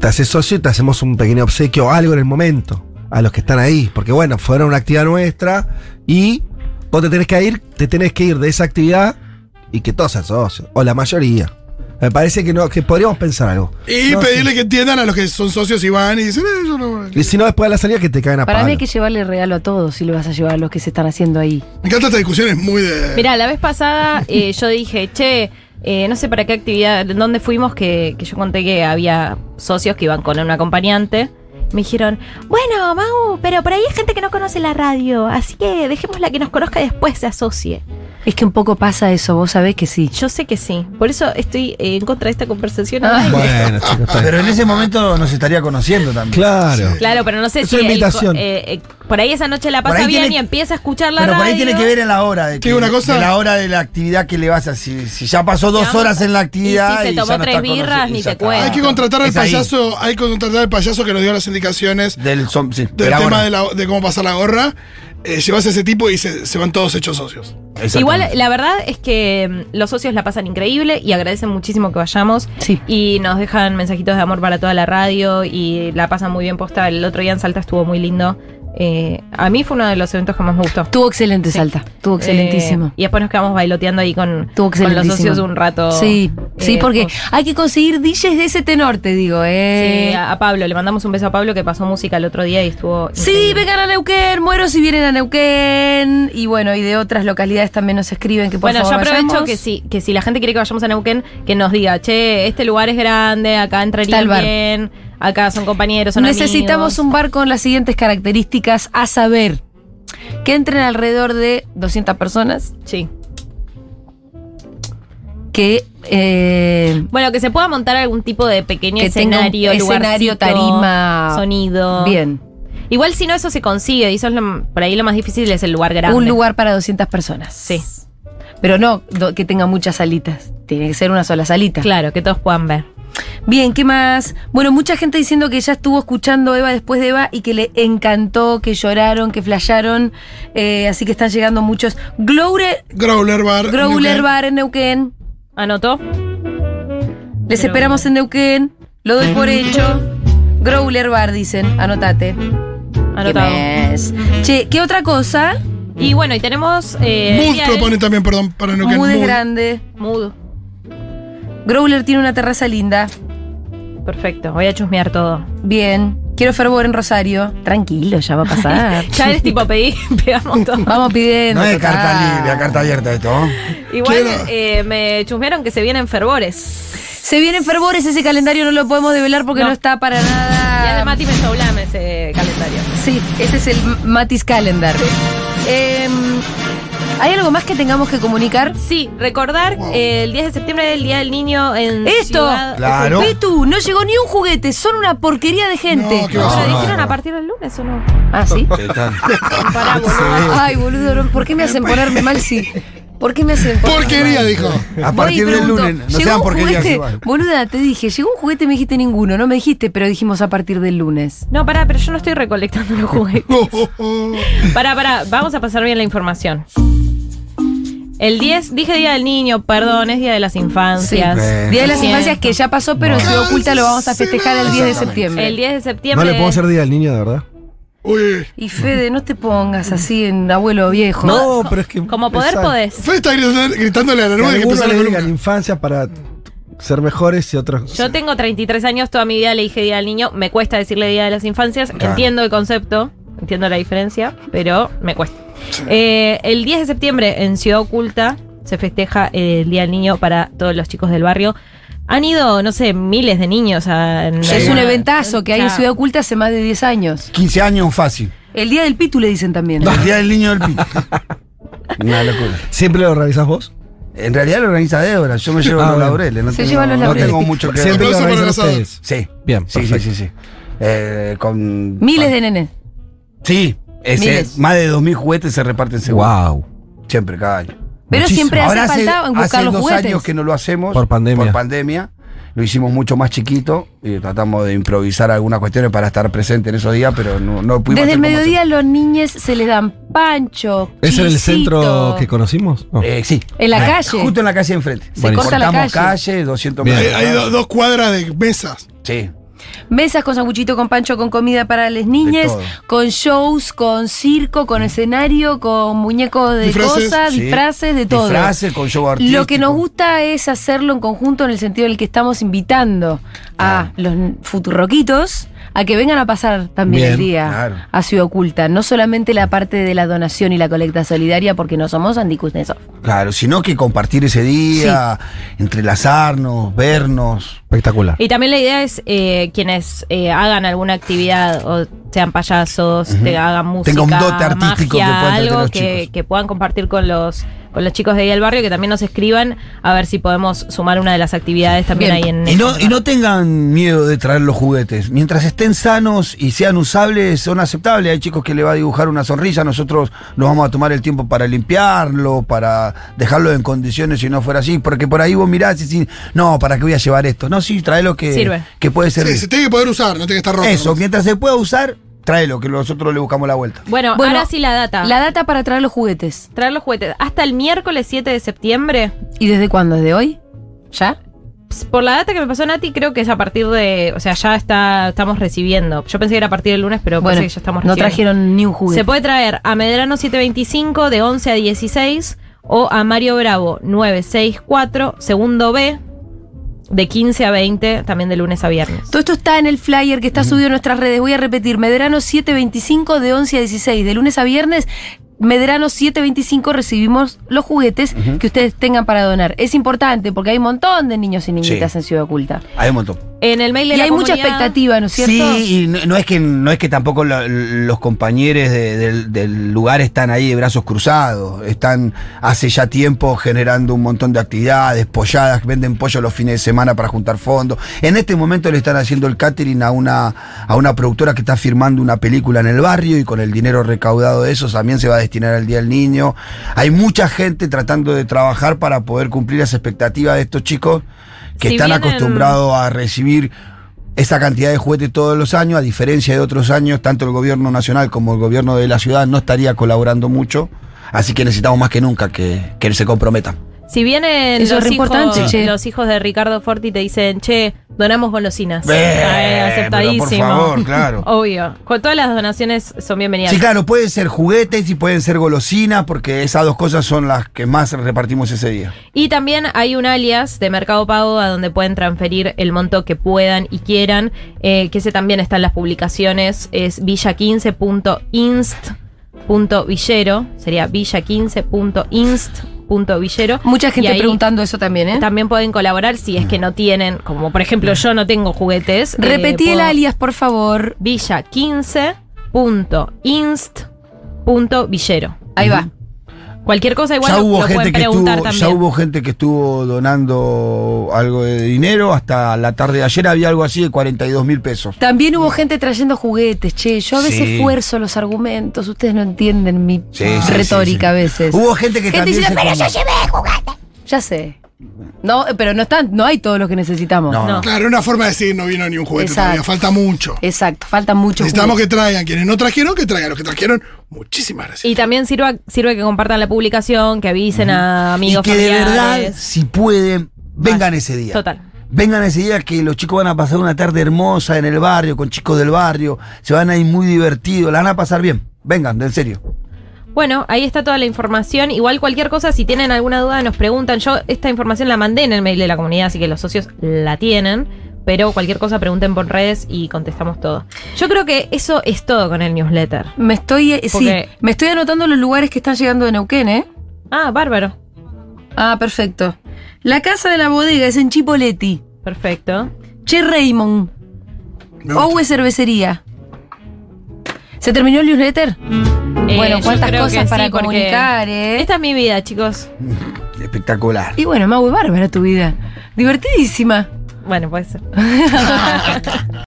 te haces socio y te hacemos un pequeño obsequio o algo en el momento a los que están ahí. Porque bueno, fueron una actividad nuestra y vos te tenés que ir, te tenés que ir de esa actividad y que todos sean socios, o la mayoría. Me parece que no, que podríamos pensar algo. Y No, pedirle que entiendan a los que son socios y van y dicen, eh, yo no. Y si no, después de la salida que te caen a Para mí hay palo. que llevarle regalo a todos si lo vas a llevar a los que se están haciendo ahí. Me encanta esta discusión, es muy de. Mirá, la vez pasada eh, yo dije, che, eh, no sé para qué actividad, ¿dónde fuimos? Que, que yo conté que había socios que iban con un acompañante. Me dijeron, bueno, Mau, pero por ahí hay gente que no conoce la radio, así que dejémosla que nos conozca y después se asocie. Es que un poco pasa eso, vos sabés que sí. Yo sé que sí, por eso estoy eh, en contra de esta conversación. Ah. Ay, Bueno, chicos, está bien. Pero en ese momento nos estaría conociendo también. Claro. Claro, pero no sé Es si una el co- invitación. eh, eh, por ahí esa noche la Por pasa ahí bien tiene- y empieza a escuchar la Pero por ahí radio. tiene que ver en la hora de, Que que- una cosa- de la hora de la actividad que le vas a si, si ya pasó dos Ya, horas en la y si actividad se y, tomó ya no tres está birras, conociendo, ni y ya te está. cuento. Hay que contratar al Es ahí. payaso, hay que contratar al payaso que nos dio las indicaciones del, som- sí, de del la tema hora. de, la- de cómo pasar la gorra. Eh, llevas a ese tipo y se, se van todos hechos socios. Igual, Exactamente. la verdad es que mm, los socios la pasan increíble y agradecen muchísimo que vayamos. Sí. Y nos dejan mensajitos de amor para toda la radio y la pasan muy bien posta. El otro día en Salta estuvo muy lindo. Eh, a mí fue uno de los eventos que más me gustó. Tuvo excelente, Salta. Tuvo excelentísimo. Eh, y después nos quedamos bailoteando ahí con, Tuvo con los excelentísimo. socios un rato. Sí, sí, eh, porque con- hay que conseguir DJs de ese tenor, te digo, Sí, ah, ¿eh? a a Pablo, le mandamos un beso a Pablo que pasó música el otro día y estuvo. Sí, increíble. vengan a Neuquén, muero si vienen a Neuquén. Y bueno, y de otras localidades también nos escriben que por Bueno, yo favor aprovecho vayamos. que si, que si la gente quiere que vayamos a Neuquén, que nos diga, che, este lugar es grande, Está acá el entrarían bar. bien, acá son compañeros, son Necesitamos un bar con las siguientes características, a saber, que entren alrededor de 200 personas, un... Sí. que... eh, Bueno, que se pueda montar algún tipo de pequeño Que tenga un escenario, escenario, lugarcito, tarima. sonido. bien, Igual si no, eso se consigue, y eso es lo- por ahí lo más difícil es el lugar grande. un lugar para 200 personas. Sí. Pero no do- que tenga muchas salitas, tiene que ser una sola salita. Claro, que todos puedan ver. Bien, ¿qué más? Bueno, mucha gente diciendo que ya estuvo escuchando Eva después de Eva y que le encantó, que lloraron, que flasharon. eh, así que están llegando muchos. Glowre- Growler Bar. Growler Neuquén. Bar en Neuquén. ¿Anotó? Les Growler. esperamos en Neuquén. Lo doy por hecho. Growler Bar, dicen. Anotate. Anotado. ¿Qué más? Che, ¿qué otra cosa? Y bueno, y tenemos... Eh, Mood día del- propone también, perdón, para Neuquén. Mood es Mood. grande. Mood. Growler tiene una terraza linda. Perfecto, voy a chusmear todo. Bien. Quiero fervor en Rosario. Tranquilo, ya va a pasar. Ya es tipo pedí, pegamos todo. Vamos pidiendo. No es carta total. libre, carta abierta esto. ¿no? Igual Quiero- eh, me chusmearon que se vienen fervores. Se vienen fervores, ese calendario no lo podemos develar porque no, No. está para Y nada. además Mati me soblame ese calendario. Sí, ese es el M- Matis Calendar. Em, ¿Hay algo más que tengamos que comunicar? Sí, recordar eh, el 10 de septiembre el Día del Niño en ¡Esto! Ciudad- Claro. Pitu, no llegó ni un juguete, son una porquería de gente. No, qué Pero Ah, basura. no, dijeron no. a partir del lunes o no. ¿Ah, sí? Pará, boludo. Ay, boludo, no, ¿por qué me hacen ponerme mal si...? ¿Por qué me hacen ponerme Porquería, mal? dijo. A Voy partir y del pregunto, lunes, no ¿llegó sean un porquerías juguete? igual. Boluda, te dije, llegó un juguete, me dijiste ninguno. No me dijiste, pero dijimos a partir del lunes. No, pará, pero yo no estoy recolectando los juguetes. Oh, oh, oh. Pará, pará, vamos a pasar bien la información. El 10, dije Día del Niño, perdón, es Día de las Infancias. Bueno. Día de las Siento. infancias que ya pasó, pero se oculta, lo vamos a festejar el 10 de septiembre. El 10 de No septiembre. le puedo hacer día al niño, de verdad. Uy. Y Fede, no te pongas así en abuelo viejo. No, pero es que. Como poder Exacto. podés. Fede está gritando- gritándole a la Que nube que algunos empezó la le digan columna. infancia para ser mejores y otros. Yo tengo 33 años, toda mi vida le dije Día del Niño, me cuesta decirle Día de las Infancias, entiendo el concepto, entiendo la diferencia, pero me cuesta. Eh, el 10 de septiembre en Ciudad Oculta se festeja el Día del Niño para todos los chicos del barrio. Han ido, no sé, miles de niños a... en Es alguna- un eventazo que hay en Ya. Ciudad Oculta hace más de 10 años. 15 años fácil. El día del pitu le dicen también. El día del niño del pito. Una locura. ¿Siempre lo organizás vos? En realidad lo organiza Débora, yo me llevo Ah, los bueno. laureles. No Se tengo, lleva los no laureles. tengo mucho que Siempre lo Aplauso para organizan el asado. ustedes. Sí. Bien, Sí, sí, perfecto. sí, sí. Eh, con. Miles de nenes. Sí. ese- Miles. Más de 2.000 juguetes se reparten seguro. Wow. Siempre, cada año. Pero Muchísimo. siempre hace falta buscar hace los dos juguetes. años que no lo hacemos. Por pandemia. Por pandemia. Lo hicimos mucho más chiquito y tratamos de improvisar algunas cuestiones para estar presente en esos días, pero no, no pudimos. Desde el hacer como mediodía los niños se les dan pancho. ¿Ese era el chisito. centro que conocimos? No. se- Eh, sí. En la Eh, calle. Justo en la calle enfrente. Se corta la Cortamos calle. calle, 200 Bien. Hay, metros. hay do- dos cuadras de mesas. Sí. Mesas con sanguchito, con pancho, con comida para las niñas, todo. Mm. con shows, con circo, con escenario, con muñecos de Disfraces, cosas, sí. disfraces, de todo. Disfraces, con show artístico. Lo que nos gusta es hacerlo en conjunto en el sentido en el que estamos invitando a los n- futurroquitos a que vengan a pasar también Bien, el día claro. a Ciudad Oculta. No solamente la parte de la donación y la colecta solidaria, porque no somos Andy Kuznetsov. Claro, sino que compartir ese día, entrelazarnos, vernos. Espectacular. Y también la idea es eh, quienes eh, hagan alguna actividad o sean payasos, te hagan música, Tenga un dote artístico que magia, pueda entretener a algo los que, chicos. que puedan compartir con los con los chicos de ahí del barrio, que también nos escriban a ver si podemos sumar una de las actividades también Bien. ahí en Y no, y no tengan miedo de traer los juguetes. Mientras estén sanos y sean usables, son aceptables. Hay chicos que le va a dibujar una sonrisa. Nosotros nos vamos a tomar el tiempo para limpiarlo, para dejarlo en condiciones si no fuera así. Porque por ahí vos mirás y decís, no, ¿para qué voy a llevar esto? No, sí, tráelo que, Sirve. que puede Sí, servir. se tiene que poder usar, no tiene que estar roto. Eso, nomás. mientras se pueda usar, tráelo, que nosotros le buscamos la vuelta. Bueno, Bueno, ahora sí la data. La data para traer los juguetes. Traer los juguetes. Hasta el miércoles 7 de septiembre. ¿Y desde cuándo? ¿Desde hoy? ¿Ya? Ps, Por la data que me pasó Nati, creo que es a partir de. O sea, ya está, estamos recibiendo. Yo pensé que era a partir del lunes, pero bueno, parece que ya estamos no recibiendo. trajeron ni un juguete. Se puede traer a Medrano 725 de 11 a 16 o a Mario Bravo 964, segundo B, de 15 a 20, también de lunes a viernes. Todo esto está en el flyer que está subido en nuestras redes. Voy a repetir, Medrano 725 de 11 a 16, de lunes a viernes. Medrano 725 recibimos los juguetes que ustedes tengan para donar. Es importante porque hay un montón de niños y niñitas Sí. en Ciudad Oculta. Hay un montón. En el mail Y de la hay mucha comunidad- expectativa, ¿no es cierto? Sí, y no, no es que no es que tampoco la- los compañeros de- del, del lugar están ahí de brazos cruzados, están hace ya tiempo generando un montón de actividades, polladas, venden pollo los fines de semana para juntar fondos. En este momento le están haciendo el catering a una a una productora que está firmando una película en el barrio y con el dinero recaudado de eso también se va a destinar al Día del Niño. Hay mucha gente tratando de trabajar para poder cumplir las expectativas de estos chicos que Si están vienen- acostumbrados a recibir esa cantidad de juguetes todos los años, a diferencia de otros años, tanto el gobierno nacional como el gobierno de la ciudad no estaría colaborando mucho. Así que necesitamos más que nunca que, que se comprometan. Si vienen Eso es los, re importante, hijos, che. los hijos de Ricardo Forti y te dicen, che, donamos golosinas. Eh, Ay, aceptadísimo. pero por favor, claro. Obvio. Con todas las donaciones son bienvenidas. Sí, claro, pueden ser juguetes y pueden ser golosinas, porque esas dos cosas son las que más repartimos ese día. Y también hay un alias de Mercado Pago a donde pueden transferir el monto que puedan y quieran, eh, que ese también está en las publicaciones, es villa15.inst.villero, sería villa15.inst.villero. Mucha gente Y ahí preguntando eso también, ¿eh? También pueden colaborar si es que no tienen, como por ejemplo yo no tengo juguetes. eh, Repetí el puedo- alias, por favor. villa15.inst.villero. Ahí va. Cualquier cosa igual ya lo, hubo lo gente pueden que preguntar estuvo, también. ya hubo gente que estuvo donando algo de dinero, hasta la tarde de ayer había algo así de 42 mil pesos. También hubo gente trayendo juguetes, che. Yo a veces Sí. fuerzo los argumentos. Ustedes no entienden mi Sí, sí, sí, retórica a sí. veces. Hubo gente que Gente también diciendo, se "Pero yo contó". Ya sé. No, pero no están, no hay todo lo que necesitamos. No, no. Claro, una forma de decir no vino ni un juguete Exacto. todavía, falta mucho. Exacto, faltan muchos. Necesitamos juguetes. que traigan. Quienes no trajeron, que traigan. Los que trajeron, muchísimas gracias. Y también sirva, sirve que compartan la publicación, que avisen a amigos, y que de verdad, familiares. si pueden, vengan Vaya, ese día. Total. Vengan ese día que los chicos van a pasar una tarde hermosa en el barrio, con chicos del barrio, se van a ir muy divertidos, la van a pasar bien. Vengan, en serio. Bueno, ahí está toda la información. Igual cualquier cosa, si tienen alguna duda, nos preguntan. Yo esta información la mandé en el mail de la comunidad, así que los socios la tienen. Pero cualquier cosa, pregunten por redes y contestamos todo. Yo creo que eso es todo con el newsletter. Me estoy, eh, sí, Porque- me estoy anotando los lugares que están llegando de Neuquén, ¿eh? Ah, bárbaro. Ah, perfecto. La casa de la bodega es en Chipoletti. Perfecto. Che Raymond. Me gusta. Owe Cervecería. ¿Se terminó el newsletter? Eh, bueno, yo cuántas creo que cosas sí, para porque comunicar, ¿eh? Esta es mi vida, chicos. Espectacular. Y bueno, Mau, es bárbara tu vida. Divertidísima. Bueno, puede ser.